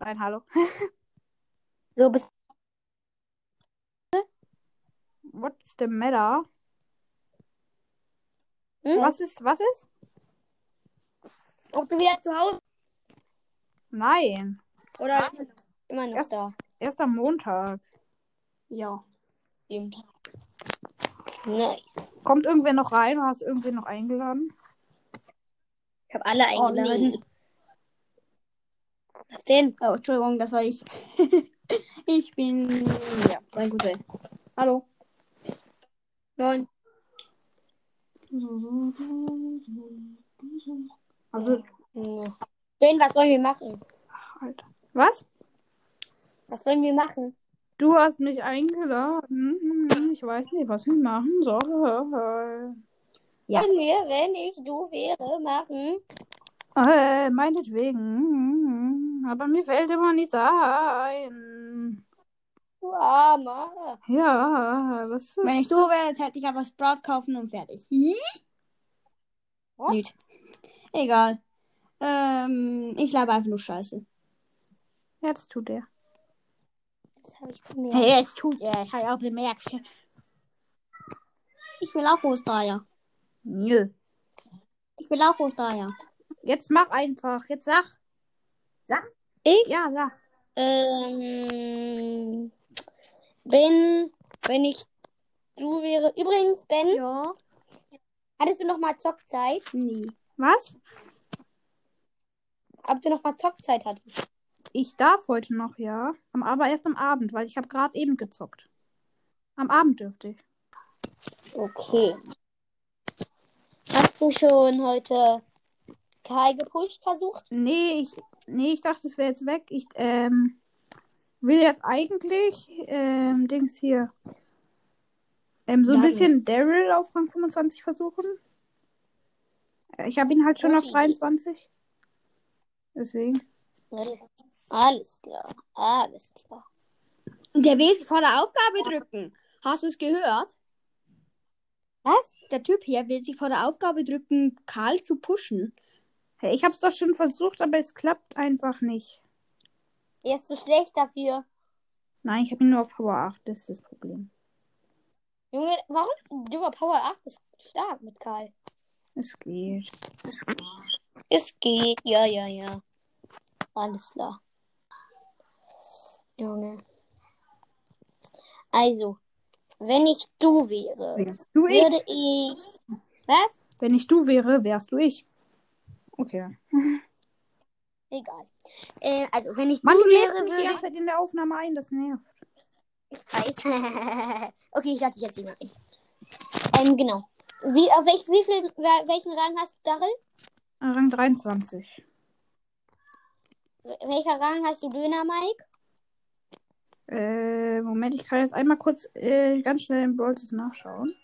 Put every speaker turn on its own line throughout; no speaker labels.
ein Hallo.
So bist
What's the matter?
Hm?
Was ist, was ist?
Ob du wieder zu Hause
Nein.
oder immer noch
Erst-
da?
Erst am Montag.
Ja. Stimmt. Nice.
Kommt irgendwer noch rein oder hast du irgendwen noch eingeladen?
Ich habe alle eingeladen. Was denn?
Oh, Entschuldigung, das war ich. ich bin. Ja, mein Cousin. Hallo.
Moin.
Also,
Hm. Ben, was wollen wir machen?
Alter. Was?
Was wollen wir machen?
Du hast mich eingeladen. Hm, Ich weiß nicht, was ich machen soll.
Ja.
Wollen wir, wenn ich du wäre, machen?
Äh, meinetwegen. Aber mir fällt immer nichts ein.
Du Armer.
Ja, das ist.
Wenn ich du wäre, jetzt hätte ich aber Sprout kaufen und fertig. Hi?
Was?
Nüt. Egal. Ähm, ich laber einfach nur Scheiße.
Ja, das tut er.
Das habe ich gemerkt.
es tut er. Ich habe auch bemerkt. Ich will auch Ostereier.
Nö.
Ich will auch Ostereier.
Jetzt mach einfach. Jetzt sag.
Ich?
Ja, sag.
Ähm, ben, wenn ich du wäre. Übrigens, Ben,
Ja.
hattest du noch mal Zockzeit?
Nee.
Was?
Ob du noch mal Zockzeit hattest?
Ich darf heute noch, ja. Am, aber erst am Abend, weil ich habe gerade eben gezockt. Am Abend dürfte ich.
Okay. Hast du schon heute Kai gepusht versucht?
Nee, ich, nee, ich dachte, es wäre jetzt weg. Ich ähm, will jetzt eigentlich ähm, Dings hier ähm, so ein
Ja,
bisschen Daryl auf Rang 25 versuchen. Äh, Ich habe ihn halt schon auf
Okay.
23. Deswegen.
Alles klar. Alles klar.
Der will vor der Aufgabe drücken. Hast du es gehört?
Was?
Der Typ hier will sich vor der Aufgabe drücken, Karl zu pushen.
Hey, ich habe es doch schon versucht, aber es klappt einfach nicht.
Er ist zu schlecht dafür.
Nein, ich habe ihn nur auf Power 8. Das ist das Problem.
Junge, warum? Junge, Power 8 ist stark mit Karl.
Es geht.
Es geht, ja, ja, ja. Alles klar. Junge. Also, wenn ich du wäre,
Wärst du
würde
ich?
ich. Was?
Wenn ich du wäre, wärst du ich. Okay.
Egal. Äh, also, wenn ich
Mann,
du
du nervst
wäre,
mich die
würde
ganze Zeit in der Aufnahme ein. Das nervt.
ich. Weiß. okay, ich lade dich jetzt nicht mehr ein. Ähm, genau. Wie, auf welch, wie viel, wel- welchen Rang hast du, Daryl?
Ah, Rang 23.
Wel- Welcher Rang hast du, Döner, Mike?
Äh, Moment, ich kann jetzt einmal kurz äh, ganz schnell in Brawl Stars nachschauen.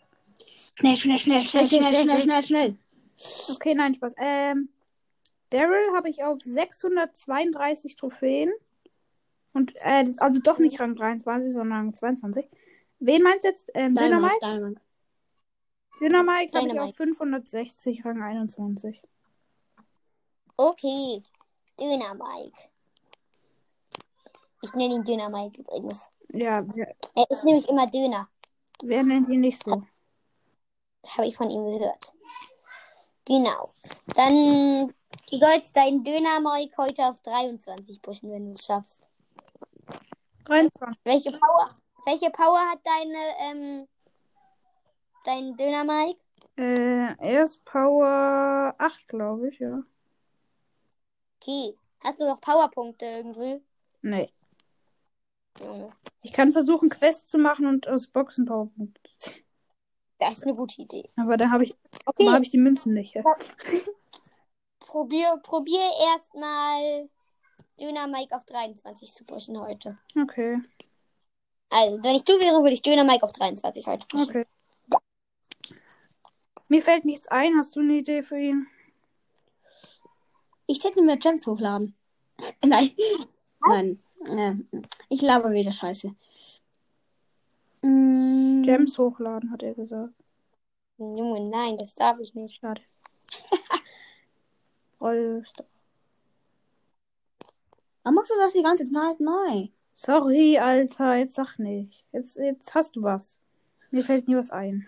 Schnell, schnell, schnell, schnell, schnell, schnell, schnell, schnell, schnell.
Okay, nein, Spaß. Ähm, Daryl habe ich auf 632 Trophäen. Und, äh, das ist also doch nicht Rang 23, sondern Rang 22. Wen meinst du jetzt? Ähm, Dynamite?
Dynamite.
Dynamite habe ich
Dynamite.
auf 560, Rang 21.
Okay. Döner, Mike. Ich nenne ihn Döner, Mike übrigens.
Ja, wer,
Äh, Ich nehme mich immer Döner.
wer nennt ihn nicht so?
Habe ich von ihm gehört. Genau. Dann du sollst deinen Döner Mike heute auf 23 pushen, wenn du es schaffst.
23.
Welche Power? Welche Power hat deine ähm, dein Döner Mike?
Äh, er ist Power 8, glaube ich, ja.
Okay. Hast du noch Powerpunkte irgendwie?
Nee.
Junge.
Ich kann versuchen, Quests zu machen und aus Boxen Powerpunkte zu ziehen.
Das ist eine gute Idee.
Aber dann habe ich,
Okay,
dann hab ich die Münzen nicht. Ja.
probier, probier erstmal Döner Mike auf 23 zu pushen heute.
Okay,
Also, wenn ich du wäre, würde ich Döner Mike auf 23 heute pushen.
okay. Mir fällt nichts ein. Hast du eine Idee für ihn?
Ich hätte mir Gems hochladen. Nein. Nein. Ähm, Ich laber wieder Scheiße. Mm,
Gems hochladen, hat er gesagt.
Junge, nein, das darf ich nicht.
Schade. Rollst.
Warum Ah, machst du das die ganze Zeit neu?
Sorry, Alter, jetzt sag nicht. Jetzt, jetzt hast du was. Mir fällt nie was ein.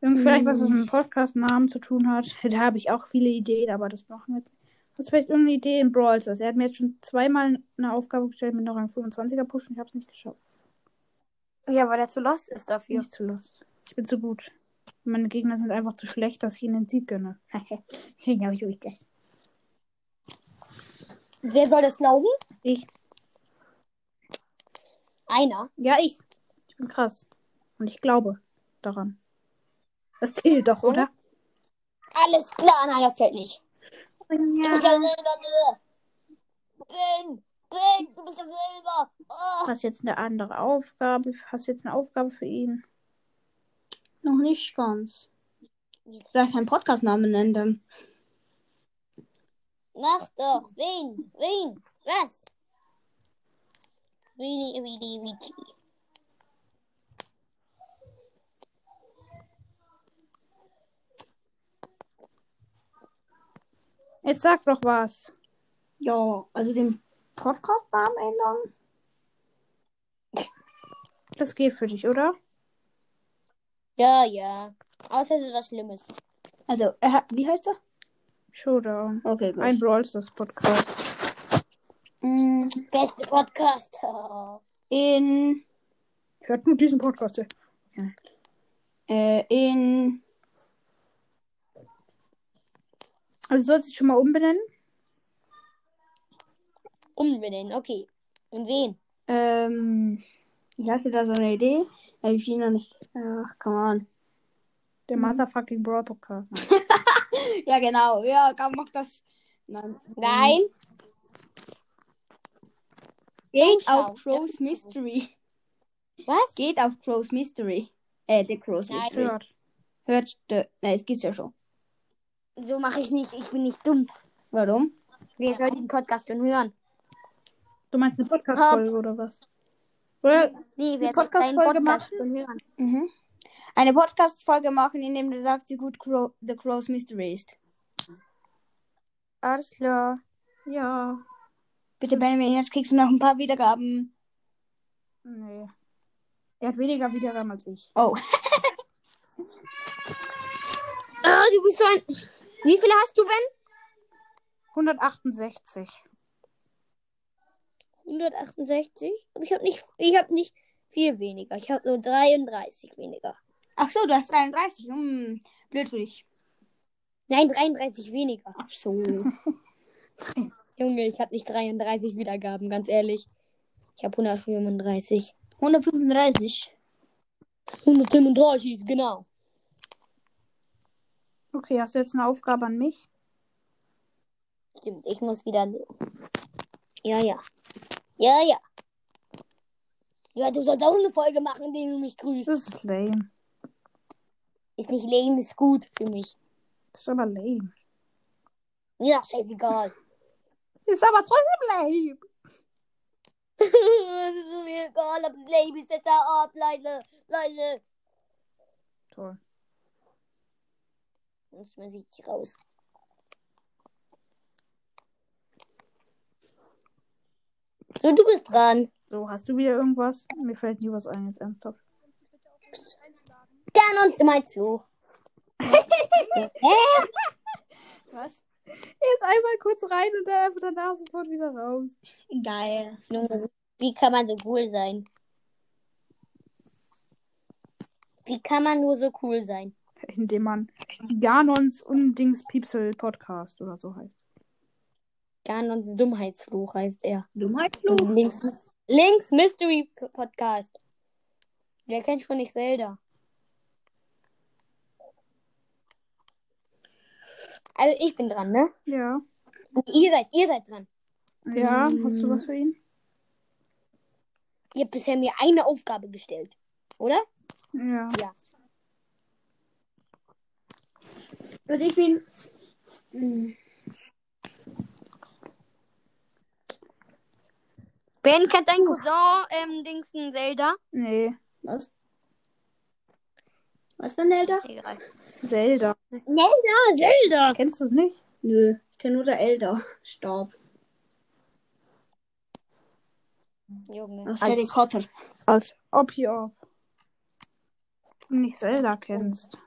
Irgend vielleicht was, was mit dem Podcast-Namen zu tun hat. Da habe ich auch viele Ideen, aber das machen wir jetzt. Hast du vielleicht irgendeine Idee in Brawl Stars? Er hat mir jetzt schon zweimal eine Aufgabe gestellt mit einer Rang 25er Push und ich habe es nicht geschafft.
Ja, weil er zu lost ist
Bin
dafür.
ich zu lost. Ich bin zu gut. Meine Gegner sind einfach zu schlecht, dass ich ihnen den Sieg gönne.
Ja, ich will das.
Wer soll das glauben?
Ich.
Einer.
Ja, ich. Ich bin krass. Und ich glaube daran. Das zählt doch, oder?
Alles klar, nein, das zählt nicht. Du bist
Ja.
ja selber. äh, Ben, Ben, du bist ja selber. Oh.
Hast jetzt eine andere Aufgabe? Hast jetzt eine Aufgabe für ihn?
Noch nicht ganz. Vielleicht einen Podcast-Namen nennen.
Mach doch. Wen? Wen? Was? Willi, Willi, Wiki.
Jetzt sag doch was.
Ja, also den Podcast-Namen ändern.
Das geht für dich, oder?
Ja, ja. Außer es ist was Schlimmes.
Also, er hat- wie heißt er?
Showdown.
Okay, gut.
Ein Brawl Stars Podcast.
Mm,
Beste Podcast. Oh.
In,
Hört nur diesen Podcast. ey.
äh, in,
Also sollst du dich schon mal umbenennen?
Umbenennen, okay. Und wen?
ähm, ich hatte da so eine Idee. Habe ich ihn noch nicht. Ach, come on.
Der Motherfucking Brawl Podcast.
Ja, genau. Ja, komm, mach das. Nein.
Nein?
Geht
Schau.
auf Crow's Mystery.
Was?
Geht auf Crow's Mystery. Äh, The Crow's
Nein.
Mystery.
Hört.
Hört, the, nein, es geht's ja schon.
So mache ich nicht. Ich bin nicht dumm.
Warum?
Wer soll den Podcast schon hören?
Du meinst eine Podcast-Folge oder was? Oder?
Nee, wer soll deinen
Podcast-Folge
Podcast schon hören?
Mhm. Eine Podcast-Folge machen, indem du sagst, wie gut Crow, The Crow's Mystery ist.
Alles klar.
Ja.
Bitte, Benjamin, jetzt kriegst du noch ein paar Wiedergaben.
Nee. Er hat weniger Wiedergaben als ich.
Oh,
Ah, du bist so ein. Wie viele hast du, Ben?
168.
168. Aber ich habe nicht, ich habe nicht viel weniger. Ich habe nur 33 weniger.
ach so, du hast 33. Hm, blöd für dich.
Nein, 33 weniger.
Ach so.
Junge, ich habe nicht 33 Wiedergaben, ganz ehrlich. Ich habe 135.
135.
135, genau.
Okay, hast du jetzt eine Aufgabe an mich?
Stimmt, ich muss wieder. Ja, ja. Ja, ja. Ja, du sollst auch eine Folge machen, indem du mich grüßt.
Das ist lame.
Ist nicht lame, ist gut für mich.
Das ist aber lame.
Ja, scheißegal.
Ist aber trotzdem lame.
es ist mir egal, ob es lame ist. Jetzt hau ab, Leute. Leute.
Toll.
Muss man sich raus. So, du bist dran.
So, hast du wieder irgendwas? Mir fällt nie was ein, jetzt ernsthaft.
Gern uns in mein Flo.
Was?
Jetzt einmal kurz rein und dann einfach danach sofort wieder raus.
Geil.
Junge, Wie kann man so cool sein? Wie kann man nur so cool sein?
Indem man Ganons Undings Piepsel Podcast oder so heißt.
Ganons Dummheitsfluch heißt er.
Dummheitsfluch.
Und links, links Mystery Podcast. Wer kennt schon nicht Zelda? Also ich bin dran, ne?
Ja. Mm.
Ihr seid, ihr seid dran.
Ja, hast du was für ihn?
Ihr habt bisher mir eine Aufgabe gestellt, oder?
Ja.
Also ich bin... Hm.
Ben kennt deinen Cousin, ähm, Dingsen Zelda.
Nee.
Was? Was für ein Elder?
Egal.
Zelda.
Zelda, Ah, Zelda.
Kennst du es nicht?
Nö, ich kenne nur der Elder. Staub.
Junge.
Aus Harry Potter.
Als ob ihr nicht Zelda kennst.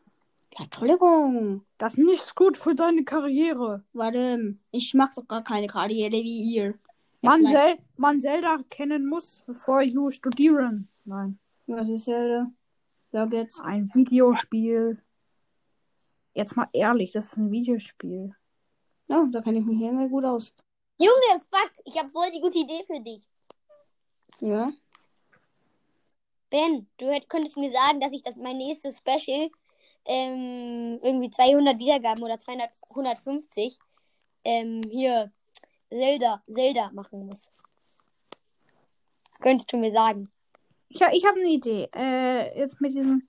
Ja, Entschuldigung.
Das ist nicht gut für deine Karriere.
Warum? Ich mag doch gar keine Karriere wie ihr.
Man,
vielleicht-
Zel man Zelda kennen muss, bevor you studieren. Nein.
Was ist Zelda? Sag jetzt.
Ein Videospiel. Jetzt mal ehrlich, das ist ein Videospiel.
Ja, da kenne ich mich irgendwie gut aus.
Junge, fuck. Ich habe voll die gute Idee für dich.
Ja.
Ben, du hätt, könntest mir sagen, dass ich das mein nächstes Special ähm, irgendwie 200 Wiedergaben oder 200, 150 ähm, hier Zelda, Zelda machen muss. Könntest du mir sagen?
Ich, ha- ich habe eine Idee. Äh, jetzt mit diesem,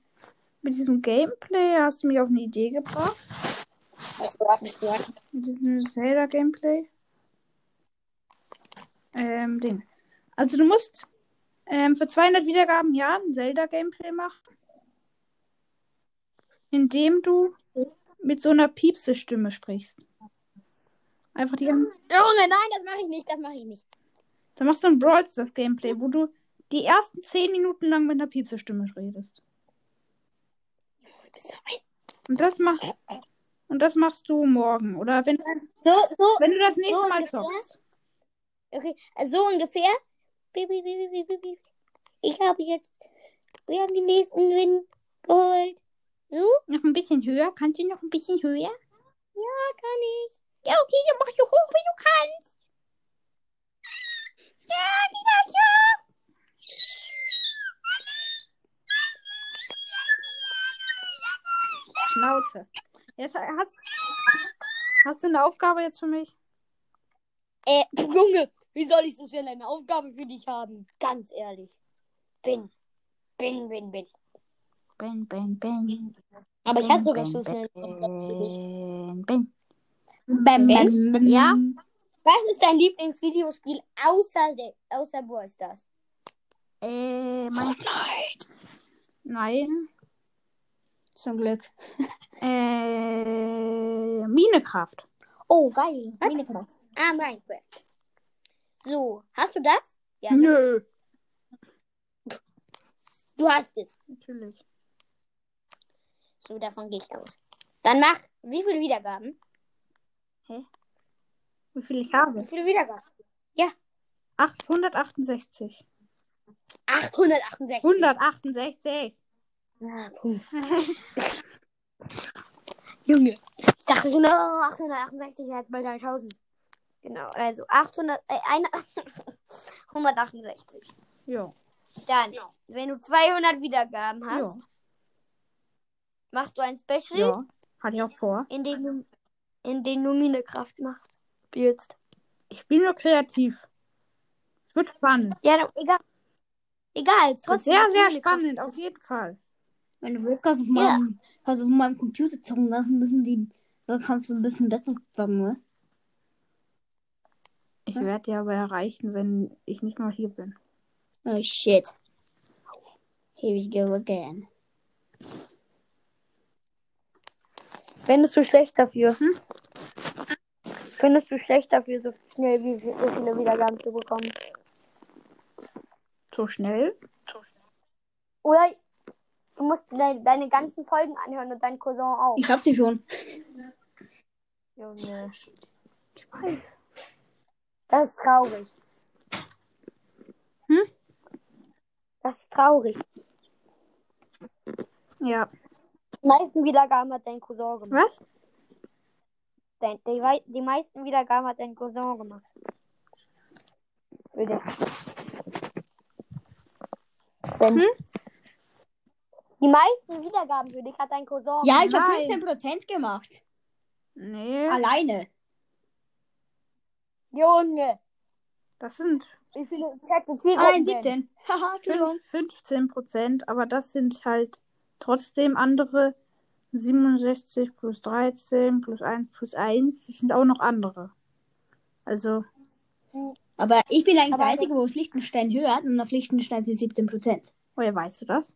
mit diesem Gameplay hast du mich auf eine Idee gebracht. Mit diesem Zelda-Gameplay. Ähm, Ding. Also du musst ähm, für 200 Wiedergaben ja ein Zelda-Gameplay machen. Indem du mit so einer Piepse-Stimme sprichst. Einfach die ganze
Junge, nein, das mache ich nicht, das mache ich nicht.
Dann machst du ein Brawl das Gameplay, wo du die ersten 10 Minuten lang mit einer Piepsestimme redest. Und das machst und das machst du morgen oder wenn
So, so,
wenn du das nächste
So
Mal
ungefähr?
zockst.
okay, so ungefähr. Piep, piep, piep, piep, piep, piep. Ich habe jetzt, wir haben den nächsten Win geholt. So,
Noch ein bisschen höher, kannst du noch ein bisschen höher?
da kann ich.
Ja, okay, dann mach du hoch, wie du kannst. Schnauze. Jetzt hast, hast du eine Aufgabe jetzt für mich?
Äh, pf, Junge, wie soll ich so schnell eine Aufgabe für dich haben? Ganz ehrlich. Bin. Bin, bin, bin.
Bang, bang, bang.
Aber ich
Bang,
habe sogar
bang,
so schnell eine Aufgabe für dich. Äh,
bang, bang.
Bam, bam, bam.
Ja?
Was ist dein Lieblingsvideospiel außer, der, außer Brawl Stars?
Äh, mein... Nein.
Zum Glück.
Äh, Minecraft.
Oh, geil. Minecraft. Ah, Minecraft. So, hast du das? Ja. ne?
Nö.
Du hast es.
Natürlich.
So, davon gehe ich aus. Dann mach, wie viele Wiedergaben?
Wie viel ich
Wie
habe?
viele Wiedergaben?
868.
868.
168.
Ah, cool. Junge. Ich dachte schon, oh, 868, er hat bald 1000. Genau, also 800, äh, eine, 168.
Ja.
Dann, wenn du 200 Wiedergaben hast,
Ja.
machst du ein Special,
ja. Hatte ich auch vor.
in, dem du, in dem du Minecraft machst. Spielst.
Ich bin nur kreativ. Es wird spannend.
Ja, dann, egal. Egal,
Es wird
trotzdem.
sehr,
machst du
sehr
Minecraft.
spannend, auf jeden Fall.
Wenn du willst, kannst du auf
Ja.
meinem, kannst du auf meinem Computer zocken, das ist ein bisschen die, das kannst du ein bisschen besser zocken, ne?
Ich werde dir aber erreichen, wenn ich nicht mal hier bin.
Oh shit. Here we go again.
Findest du schlecht dafür? Hm? Findest du schlecht dafür, so schnell wie so viele Wiedergaben zu bekommen?
So schnell?
Oder du musst deine, deine ganzen Folgen anhören und dein Cousin auch.
Ich hab sie schon.
Junge.
Ich weiß.
Das ist traurig.
Hm?
Das ist traurig.
Ja.
Die meisten Wiedergaben hat dein Cousin gemacht.
Was?
Dein, die, wei- die meisten Wiedergaben hat dein Cousin gemacht. Bitte. Denn Die meisten Wiedergaben für dich hat dein Cousin
Ja, ich hab
Nein.
15% gemacht.
Nee.
Alleine.
Junge.
Das sind
Wie viele Chats und viele
Allein 17. Oh, Haha, Entschuldigung.
Fünf- 15 Prozent, aber das sind halt trotzdem andere 67 plus 13 plus 1 plus 1, das sind auch noch andere. Also,
Aber ich bin eigentlich
Aber-
der Einzige, wo es Liechtenstein hört und auf Liechtenstein sind 17%.
woher weißt du das?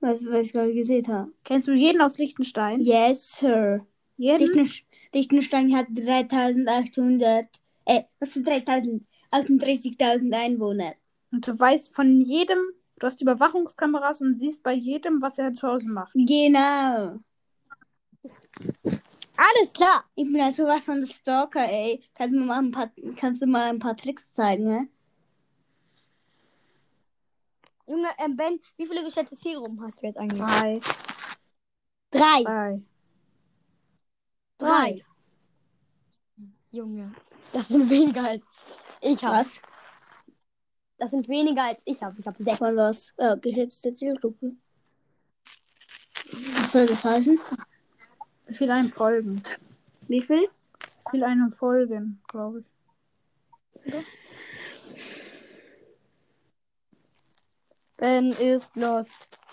Was, was ich gerade gesehen habe.
Kennst du jeden aus Liechtenstein?
Yes, sir.
Jeden?
Liechtenst- Liechtenstein hat 3800, äh, was sind 3000, 38.000 Einwohner.
Und du weißt von jedem, du hast Überwachungskameras und siehst bei jedem, was er zu Hause macht.
Genau.
Alles klar.
Ich bin halt sowas von der Stalker, ey. Kannst du mir mal ein paar, kannst du mal ein paar Tricks zeigen, ne?
Junge, ähm, Ben, wie viele geschätzte Serum hast du jetzt eigentlich?
Drei,
Drei.
drei.
Drei. Junge, das sind weniger als ich habe.
Was?
Das sind weniger als ich habe. Ich habe sechs.
Von was? Ja, geschätzte äh, Zielgruppe. Was soll das heißen?
Wie viel einem folgen?
Wie viel?
Wie viel einem folgen, glaube ich.
Ben ist lost.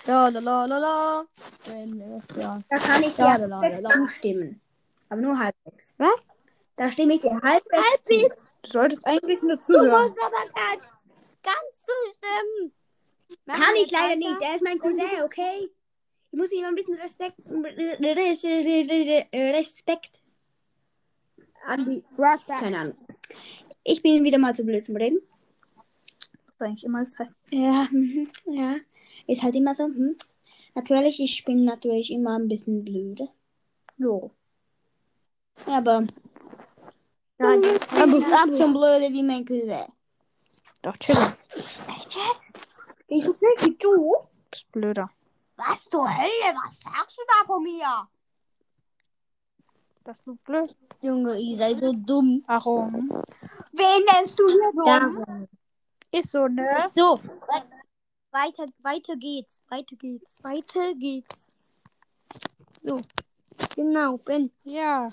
La la la la la. Ben ist lost.
Da kann ich
Ja,
ja,
la, la,
halbwegs
la.
zustimmen. Aber nur halbwegs.
Was?
Da stimme ich dir halbwegs zu.
Du solltest eigentlich nur
Du
zuhören.
musst aber ganz, ganz zustimmen. Machen
Kann
wir
ich leider
weiter?
nicht. Der ist mein Cousin, okay? Ich muss ihm ein bisschen Respekt, Respekt anbieten. Keine Ahnung. Ich bin wieder mal zu blöd zum Reden.
Das ist eigentlich immer das Recht.
Ja, mhm, ja. Ist halt immer so. Hm. Natürlich, ich bin natürlich immer ein bisschen blöde.
Jo.
Aber mhm.
Ja, ja.
ich bin ab so blöde wie mein Cousin.
Doch, chill.
Ich so blöd wie du?
Bist blöder.
Was zur Hölle? Was sagst du da von mir?
Das du blöd.
Junge, ihr seid so dumm.
Warum?
Wen nennst du hier dumm?
Ist so, ne?
So, we- weiter, weiter geht's. Weiter geht's. Weiter geht's. So. Genau, Ben. Halt
Ja.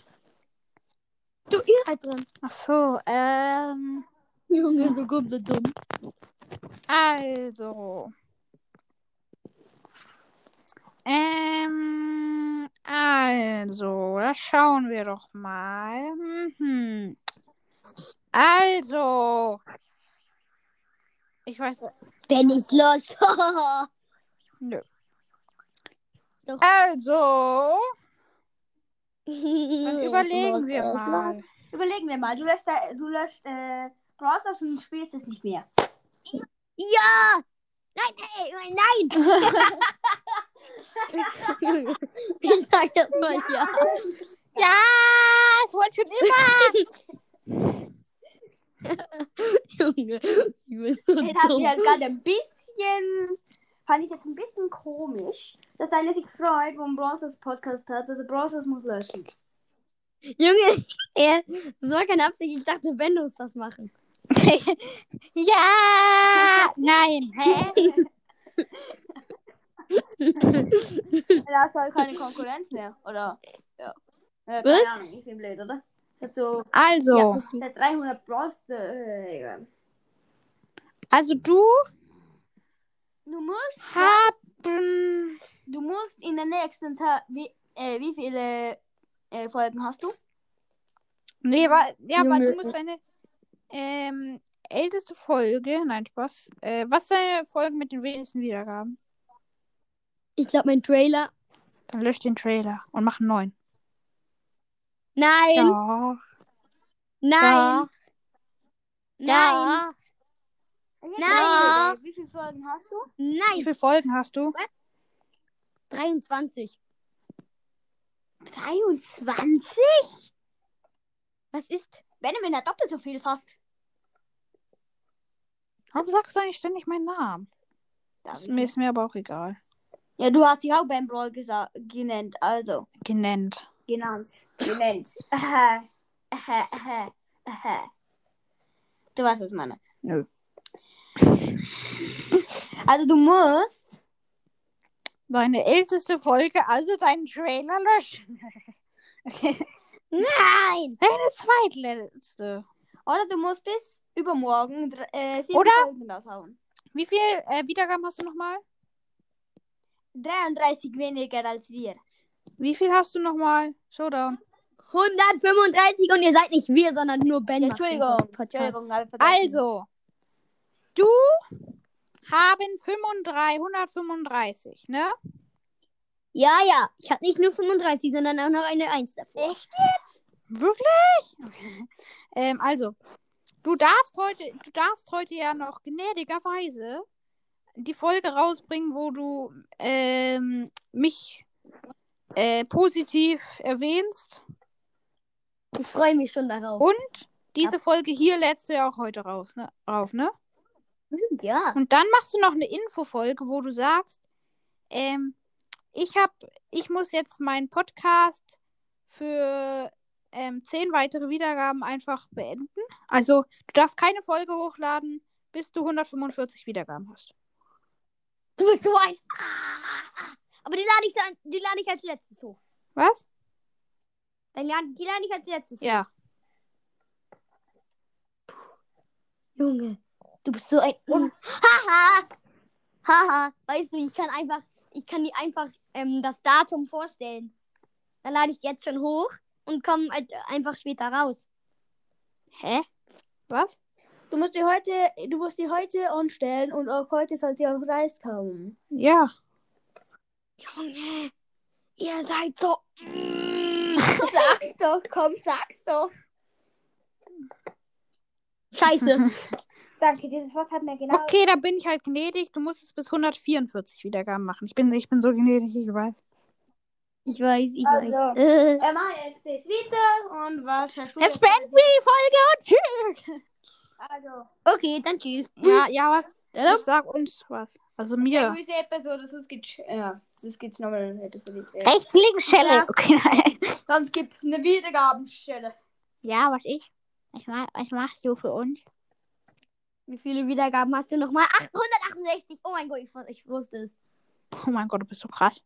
Du, ihr seid drin.
Ach so, ähm.
Junge, so komplett dumm.
Also. Ähm, also, da schauen wir doch mal. Mhm. Also. Ich weiß.
Ben ist los.
Nö.
Doch.
Also, dann
Dann
überlegen wir mal.
Überlegen wir mal. Du löscht, äh, du löscht äh, Brawl Stars und spielst es nicht mehr.
Ja! Nein, nein, nein! ich sag das mal ja.
Ja, es wollte schon immer.
Junge, ich bin so
Den hat mir
dumm.
halt gerade ein bisschen. Fand ich jetzt ein bisschen komisch, dass deine sich freut, wo ein Brawl Stars Podcast hat. Also Brawl Stars muss löschen.
Junge, er, das war keine Absicht. Ich dachte, Ben muss das machen.
Ja, nein, hä?
Da hast du halt keine Konkurrenz mehr, oder? Ja. Äh, keine
Was?
Ahnung, ich bin blöd, oder? Hat so
Also,
Ja, das
der 300 Brawl Stars. Äh, egal.
also du
du musst.
haben
Du musst in der nächsten Tag. Wie, äh, wie viele äh, Folgen hast du?
Nee, wa ja, aber
Junge. äh.
du musst deine ähm, älteste Folge, nein, Spaß. Äh, was ist deine Folge mit den wenigsten Wiedergaben?
ich glaube, mein Trailer.
Dann lösch den Trailer und mach einen neuen.
Nein,
Ja, ja,
nein, nein,
ja.
Ja.
Wie viele Folgen hast du?
Wie
nein.
viele Folgen hast du?
23.
23?
Was ist?
Benjamin hat doppelt so viel fast.
Warum sagst du eigentlich ständig meinen Namen? Das mir ist mir aber auch egal.
Ja, du hast dich auch Ben Brawl gesa- genannt, also.
Genannt.
Genannt. Genannt. Aha. Aha, aha, aha. Du weißt, was ich meine.
Nö.
Also du musst.
Deine älteste Folge, also deinen Trailer löschen.
Nein!
Deine zweitletzte.
Oder du musst bis übermorgen dr- äh, sieben
Oder?
Folgen raushauen.
Wie viel äh, Wiedergaben hast du nochmal?
33 weniger als wir.
Wie viel hast du nochmal? Showdown.
135 und ihr seid nicht wir, sondern nur Ben.
Ja,
macht den
Entschuldigung.
Podcast.
Entschuldigung, habe ich vergessen.
Also, du haben 35, 135, ne?
Ja, ja. Ich habe nicht nur 35, sondern auch noch eine 1 davor.
Wirklich? ähm, also, Du darfst heute, du darfst heute ja noch gnädigerweise die Folge rausbringen, wo du ähm, mich äh, positiv erwähnst.
Ich freue mich schon darauf.
Und diese Folge hier lädst du ja auch heute raus, ne? Auf, ne?
Ja.
Und dann machst du noch eine Infofolge, wo du sagst, ähm, ich hab, ich muss jetzt meinen Podcast für ähm, zehn weitere Wiedergaben einfach beenden. Also du darfst keine Folge hochladen, bis du 145 Wiedergaben hast.
Du bist so ein. Ah. Aber die lade ich, dann- die lade ich als letztes hoch.
Was?
Dann lade, die lade ich als letztes hoch.
Ja.
Junge, du bist so ein. Haha! Haha, weißt du, ich kann einfach, ich kann dir einfach ähm, das Datum vorstellen. Dann lade ich jetzt schon hoch und komme halt einfach später raus.
Hä? Was?
Du musst die heute, du musst die heute anstellen und auch heute soll sie auf Reis kommen.
Ja.
Junge, ihr seid so. mm.
sag's doch, komm, sag's doch.
Scheiße.
Danke, dieses Wort hat mir genau.
Okay, da bin ich halt gnädig. Du musst es bis 144 Wiedergaben machen. Ich bin, ich bin so gnädig, ich weiß.
Ich weiß, ich
Also.
weiß. Äh,
Er macht jetzt das wieder und was Herr Schuler.
Jetzt beenden wir die Folge und tschüss.
Also,
okay, dann tschüss.
Ja, ja, was?
Tada.
Ich sag uns was. Also
ja.
mir.
grüße Episode, sonst gibt's, ja, sonst gibt's nochmal eine Episode.
Rechts, links, Schelle.
Ja.
Okay, nein.
Sonst gibt's eine Wiedergabenstelle.
Ja, was ich? Ich mach, was machst du für uns?
Wie viele Wiedergaben hast du nochmal? 868. Oh mein Gott, ich, wus- ich wusste es.
Oh mein Gott, du bist so krass.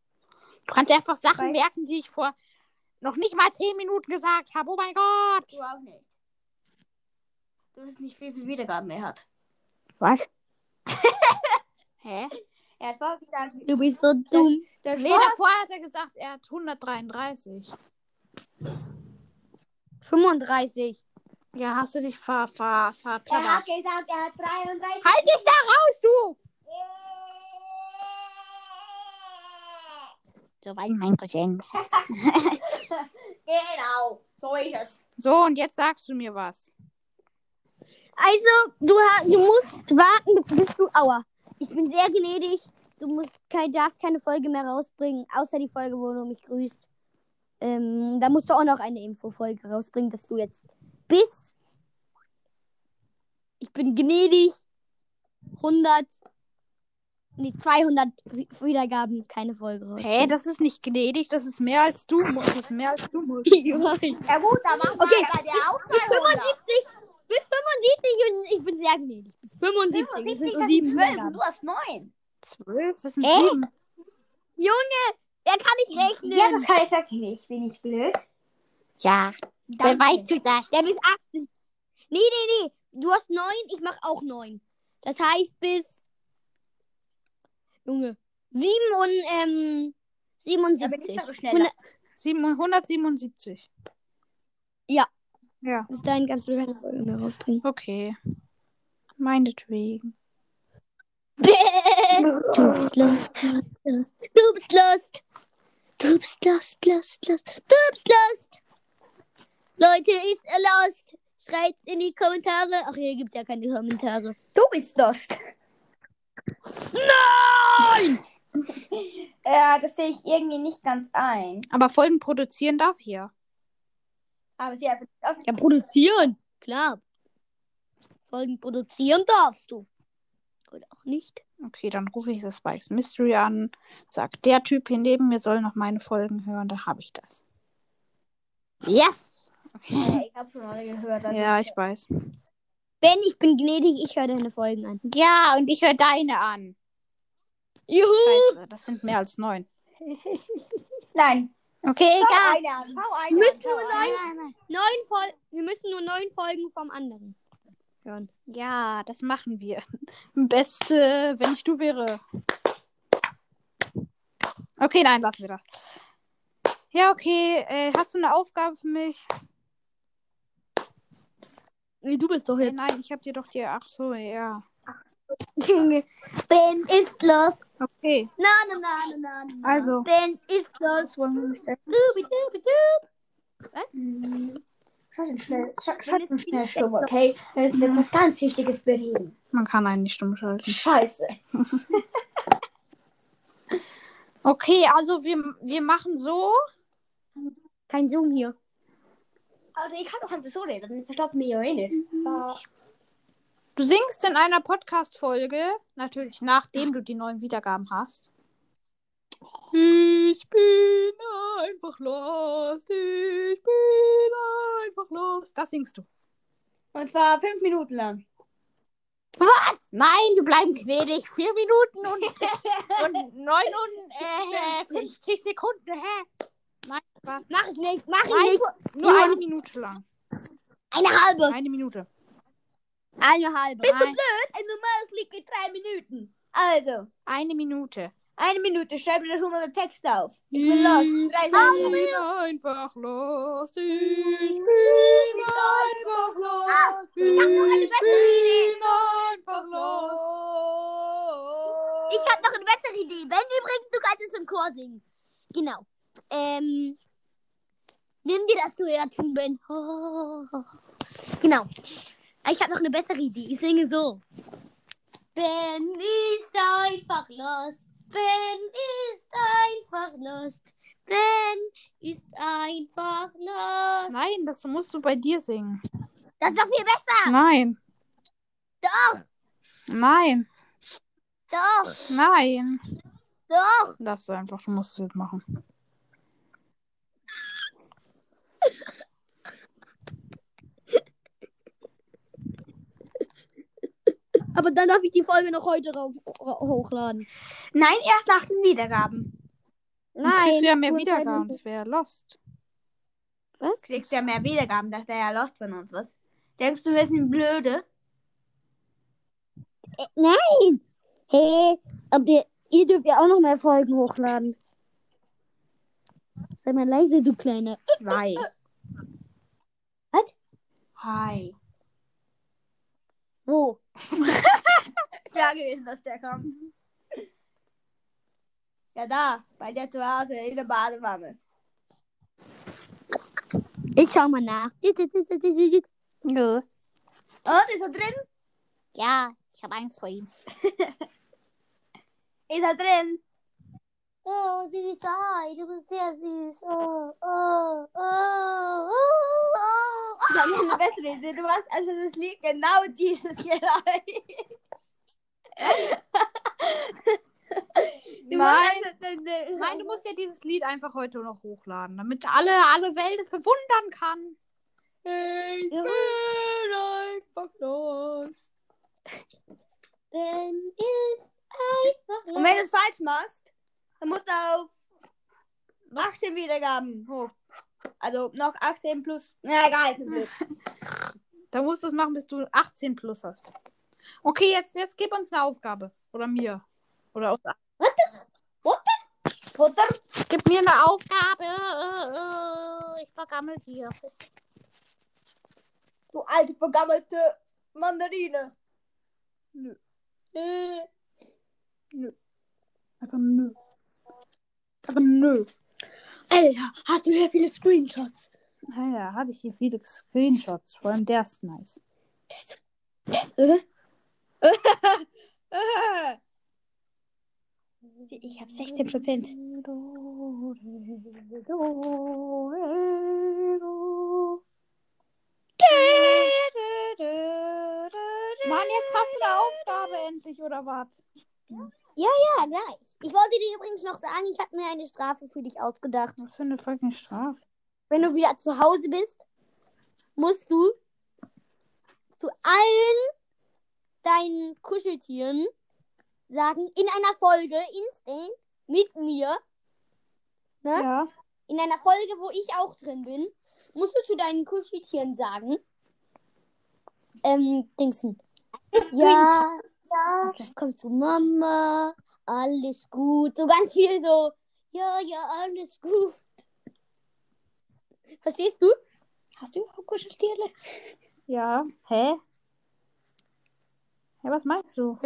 Du kannst einfach Sachen
Weil-
merken, die ich vor noch nicht mal 10 Minuten gesagt habe. Oh mein Gott.
Du auch nicht. Du weißt nicht, wie viel Wiedergaben er hat.
Was? Hä?
Er hat vorher gesagt,
Du bist so dumm.
der
Nee, davor hat er gesagt, er hat 133.
35.
Ja, hast du dich ver... ver, ver
er hat gesagt, er hat 33.
Halt dich da raus, du! So ein mein Geschenk.
Genau, so ist es.
So, und jetzt sagst du mir was.
Also, du, ha- du musst warten, bis du. Aua. Ich bin sehr gnädig. Du musst kein, darfst keine Folge mehr rausbringen, außer die Folge, wo du mich grüßt. Ähm, da musst du auch noch eine Infofolge rausbringen, dass du jetzt bis. Ich bin gnädig. 100. Nee, 200 Wi- Wiedergaben, keine Folge raus.
Hä, das ist nicht gnädig, das ist mehr als du musst. Das ist mehr als du musst.
Ja gut, dann machen
Okay,
aber der auch
bis 75. Bis 75 und ich bin sehr gnädig. Bis 75. 75 sind nur 7 Wiedergaben.
du hast 9.
Zwölf, das sind
Echt?
sieben.
Wer kann ich rechnen?
Ja, das kann ich sagen. Ich bin nicht blöd.
Ja,
Danke.
du das?
Der bis 80. Nee, nee, nee. Du hast 9, ich mach auch 9. Das heißt bis. Junge. 7 und ähm.
Da bin ich
77.
noch schneller.
7, 177.
Bis dahin kannst du keine Folge mehr rausbringen.
Okay. Meinetwegen.
du bist lost. Du bist lost. Du bist lost, lost, lost. Du bist lost. Leute, ist er lost? Schreibt's in die Kommentare. Ach, hier gibt's ja keine Kommentare.
Du bist lost. Nein! ja, das sehe ich irgendwie nicht ganz ein.
Aber Folgen produzieren darf ich ja.
Aber sie hat auch
Ja, produzieren. Klar. Folgen produzieren darfst du. Oder auch nicht.
Okay, dann rufe ich das Spikes Mystery an. Sag, der Typ hier neben mir soll noch meine Folgen hören, da habe ich das.
Yes.
ich habe schon mal gehört. also dass-
Ja, ich weiß.
Ben, ich bin gnädig, ich höre deine Folgen an.
Ja, und ich höre deine an.
Juhu.
Scheiße, das sind mehr als neun.
Nein.
Okay,
Schau
egal.
eine an, schau eine
Wir müssen,
an, schau
nur
eine
neun,
an.
neun Fol wir müssen nur neun Folgen vom anderen hören.
Ja, das machen wir. Beste, wenn ich du wäre. Okay, nein, lassen wir das. Ja, okay. Äh, hast du eine Aufgabe für mich?
Nee, du bist doch
Äh, nein, ich habe dir doch die. Ach so, ja.
ben ist los.
Okay,
Na, na, na, na, na, na.
also.
Ben ist los.
Das wollen wir nicht.
Dubi, dubi, dubi.
Schalt Mhm. ihn schnell, schalt,
Wenn
schalt
es
ihn schnell
nicht
stumm, okay? Da ist mir was ganz Wichtiges bereden.
Man kann einen nicht stumm schalten.
Scheiße.
Okay, also wir, wir machen so.
Kein Zoom hier.
Also ich kann doch einfach so reden, dann verstopft mich ja eh nicht. Ah,
Du singst in einer Podcast-Folge, natürlich nachdem du die neuen Wiedergaben hast. Ich bin einfach lost, ich bin einfach lost. Das singst du.
Und zwar fünf Minuten lang.
Nein, wir bleiben gnädig. Vier Minuten und, und neun und äh, 50 Sekunden. Hä? Nein, Spaß.
Mach ich nicht, mach ich
Nein,
nicht.
nur eine Minute lang.
Eine halbe.
Eine Minute.
Eine halbe.
Nein,
Ein normales Lied geht drei Minuten. Also,
eine Minute.
eine Minute, schreib mir da schon mal den Text auf.
Ich
bin lost. Drei Minuten.
einfach lost. Ich bin einfach lost.
ich hab noch eine
Ich
bessere
bin einfach lost.
Ich habe noch eine bessere Idee. Wenn übrigens, du kannst es im Chor singen. Genau. Ähm. Nimm dir das zu Herzen, Ben. Oh. Genau. Ich habe noch eine bessere Idee. Ich singe so. Ben ist einfach lost. Ben ist einfach lost. Ben ist einfach lost.
Nein, das musst du bei dir singen.
Das ist doch viel besser.
Nein.
Doch.
Nein.
Doch.
Nein.
Doch.
Lass es einfach, du musst es jetzt machen.
Aber dann darf ich die Folge noch heute rauf, ra- hochladen.
Nein, erst nach den Wiedergaben.
Sonst kriegst du ja mehr
nur zwei
Wiedergaben.
Minuten.
Das wäre lost.
Was?
Kriegst ja mehr Wiedergaben, das wäre ja lost von uns, was? Denkst du, wir sind blöde?
Äh, Nein! Hey, aber ihr, ihr dürft ja auch noch mehr Folgen hochladen. Sei mal leise, du Kleine.
Zwei.
Was?
Hi.
Wo?
Klar gewesen, dass der kommt. Ja, da, bei dir zu Hause, in der Badewanne.
Ich schau mal nach. Dit, dit, dit, dit, dit, dit.
Nö.
Und ist er drin?
Ja, ich habe Angst vor ihm.
Ist er drin?
Oh, süß, hi, du bist sehr süß. Oh, oh, oh, oh, oh.
Ich habe eine bessere Idee. Du machst also das Lied genau dieses Geräusch. Du machst
Nein.
also den- den-
Nein, du musst ja dieses Lied einfach heute noch hochladen, damit alle, alle Welt es bewundern kann. Ich
Ja.
bin einfach los.
Ben ist einfach
Und wenn du es falsch machst, dann musst du auf 18 Wiedergaben hoch. Also noch 18 plus. Na egal, ich bin blöd.
Da musst du es machen, bis du 18 plus hast. Okay, jetzt, jetzt gib uns eine Aufgabe. Oder mir. Oder aus.
Butter?
Gib mir eine Aufgabe. Ich vergammel hier.
Du alte vergammelte Mandarine.
Einfach nö. Einfach nö.
Alter, hast du hier viele Screenshots?
Naja, Ah habe ich hier viele Screenshots. Vor allem der ist nice.
Ich habe 16 Prozent.
Mann, jetzt hast du eine Aufgabe endlich, oder was?
Ja, gleich. Ich wollte dir übrigens noch sagen, ich habe mir eine Strafe für dich ausgedacht.
Was für eine fucking Strafe.
wenn du wieder zu Hause bist, musst du zu allen deinen Kuscheltieren sagen, in einer Folge, instant, mit mir, Hä?
Ja.
in einer Folge, wo ich auch drin bin, musst du zu deinen Kuscheltieren sagen, ähm, Dingsen. Ja, ja, komm zu Mama, alles gut. So ganz viel so, ja, ja, alles gut. Verstehst du?
Hast du überhaupt Kuscheltiere?
Ja. Hä? Ja, was meinst du?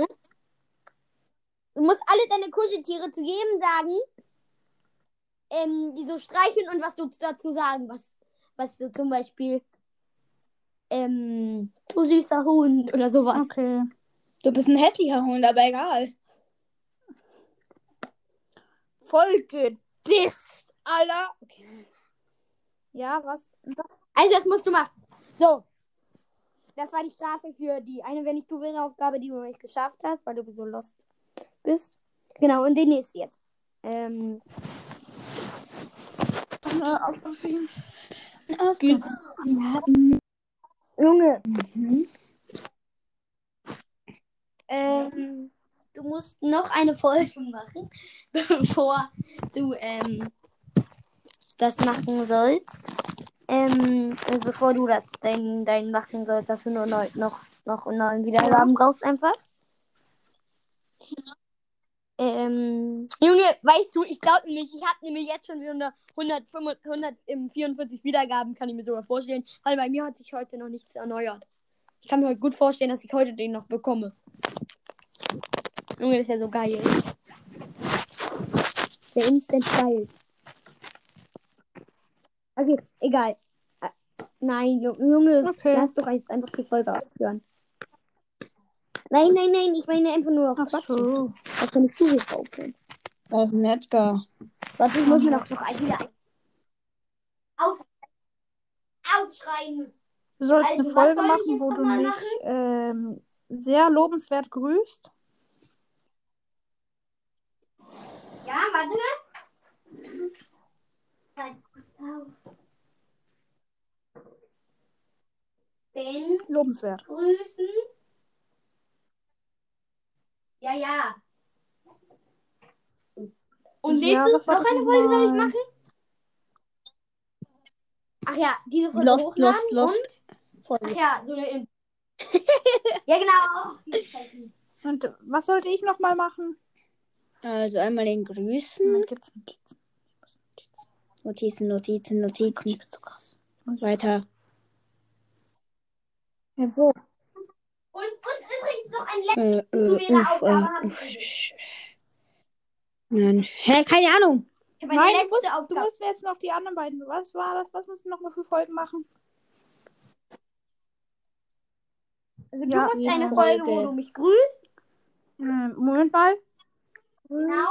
Du musst alle deine Kuscheltiere zu jedem sagen, ähm, die so streicheln und was du dazu sagen, was, was du zum Beispiel, ähm, du süßer Hund oder sowas.
Okay.
Du bist ein hässlicher Hund, aber egal. Voll gedisst, Alter.
Ja, was?
Also, das musst du machen. So. Das war die Strafe für die eine, wenn ich du will, Aufgabe, die du nicht geschafft hast, weil du so lost bist. Genau, und den nächsten jetzt. Ähm, Junge. Ähm, du musst noch eine Folge machen, bevor du ähm, das machen sollst. Ähm, also bevor du das dein, dein machen sollst, dass du nur neu, noch, noch einen neuen Wiedergaben brauchst einfach. Ähm, Junge, weißt du, ich glaube nämlich, ich habe nämlich jetzt schon wieder eine 145 144 ähm, Wiedergaben, kann ich mir sogar vorstellen, weil bei mir hat sich heute noch nichts erneuert. Ich kann mir heute gut vorstellen, dass ich heute den noch bekomme. Junge, das ist ja so geil. Sehr instant geil. Okay, egal. Äh, Nein, Ju- Junge,
Okay.
lass doch jetzt einfach die Folge aufhören. Nein, nein, nein, ich meine einfach nur auf Quatschen. Das kann ich zu viel aufhören.
Äh,
Das ist Netzger.
Warte, ich muss mir noch, noch ein- wieder ein. Auf, aufschreiben.
Du sollst
Also,
eine
was
Folge
soll ich
machen,
jetzt
wo du
nochmal
mich
machen?
ähm, sehr lobenswert grüßt.
Ja, warte. Schreib kurz auf. Ben
Lobenswert.
grüßen. Ja, ja. Und
Ja, was
nächstes
war
noch
das
eine Folge soll ich
nochmal?
machen? Ach ja, diese Folge
Lost,
hochladen
lost, lost.
und Ach ja, so eine Info. ja, genau. Die Zeichen.
Und was sollte ich nochmal machen?
Also einmal den Grüßen.
Hm.
Moment, gibt's Notizen?
Notizen, Notizen,
Gott, ich
Notizen.
bin so krass.
Weiter.
Ja, wo?
Und, und übrigens noch ein
Äh, äh,
Du wähle
uff,
Aufgabe,
äh,
hab ich
uff,
gesehen.
sch- Nein. Hä, keine Ahnung.
Ich habe
Nein,
eine
du musst,
letzte
du
Aufgabe.
musst mir jetzt noch die anderen beiden. Was war das? Was musst du nochmal für Folgen machen?
Also
Ja,
du musst
ja.
eine Folge, wo du mich grüßt.
Ähm, Moment mal.
Genau.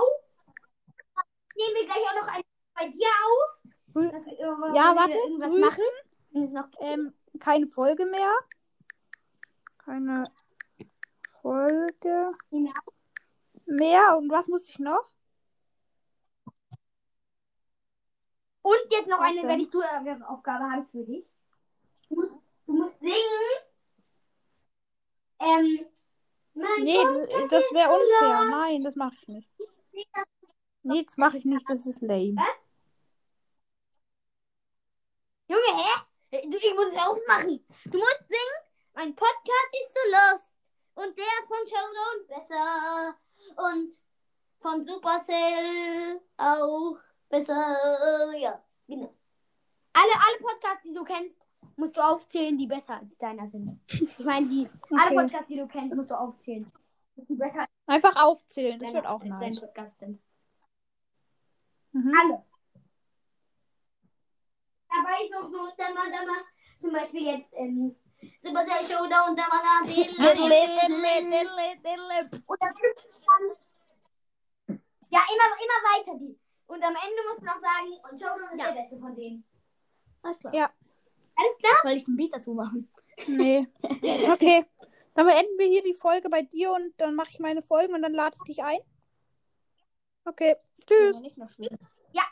Nehmen wir gleich auch noch eine bei dir auf. Dass wir irgendwas,
Ja,
wenn
warte.
Wir irgendwas
Grüßen.
machen. Und es noch
Ähm, keine Folge mehr. Keine Folge
genau.
mehr. Und was muss ich noch?
Und jetzt noch eine,
Okay.
wenn ich du äh, Aufgabe habe ich für dich. Du musst, du musst singen. Ähm. Mein
Nee, das, das wäre unfair. Nein, das mache ich nicht. Nee, das mache ich nicht. Das ist lame.
Junge, hä? Du, ich muss es auch machen. Du musst singen. Mein Podcast ist so lost. Und der von Showdown besser. Und von Supercell auch besser. Ja, genau. Alle, alle Podcasts, die du kennst, musst du aufzählen, die besser als deiner sind. Ich meine, die alle
Okay.
Podcasts, die du kennst, musst du aufzählen. Dass die besser als,
Einfach aufzählen. Das
deiner-
wird auch
als dein
nice.
Podcast sind.
Mhm.
Alle. Dabei ist auch so, da mal, da mal, zum Beispiel jetzt in Supercell Showdown, da mal, da, diddle, diddle, diddle. Und dann müssen wir dann- ja, immer, immer weiter die. Und am Ende muss man noch sagen, und Showdown ist
Ja.
der Beste von denen.
Alles klar.
Ja.
Alles klar?
Soll ich den Beat dazu machen?
Nee. Okay. Dann beenden wir hier die Folge bei dir und dann mache ich meine Folgen und dann lade ich dich ein. Okay. Tschüss.
Nicht noch schlimm.
Ja,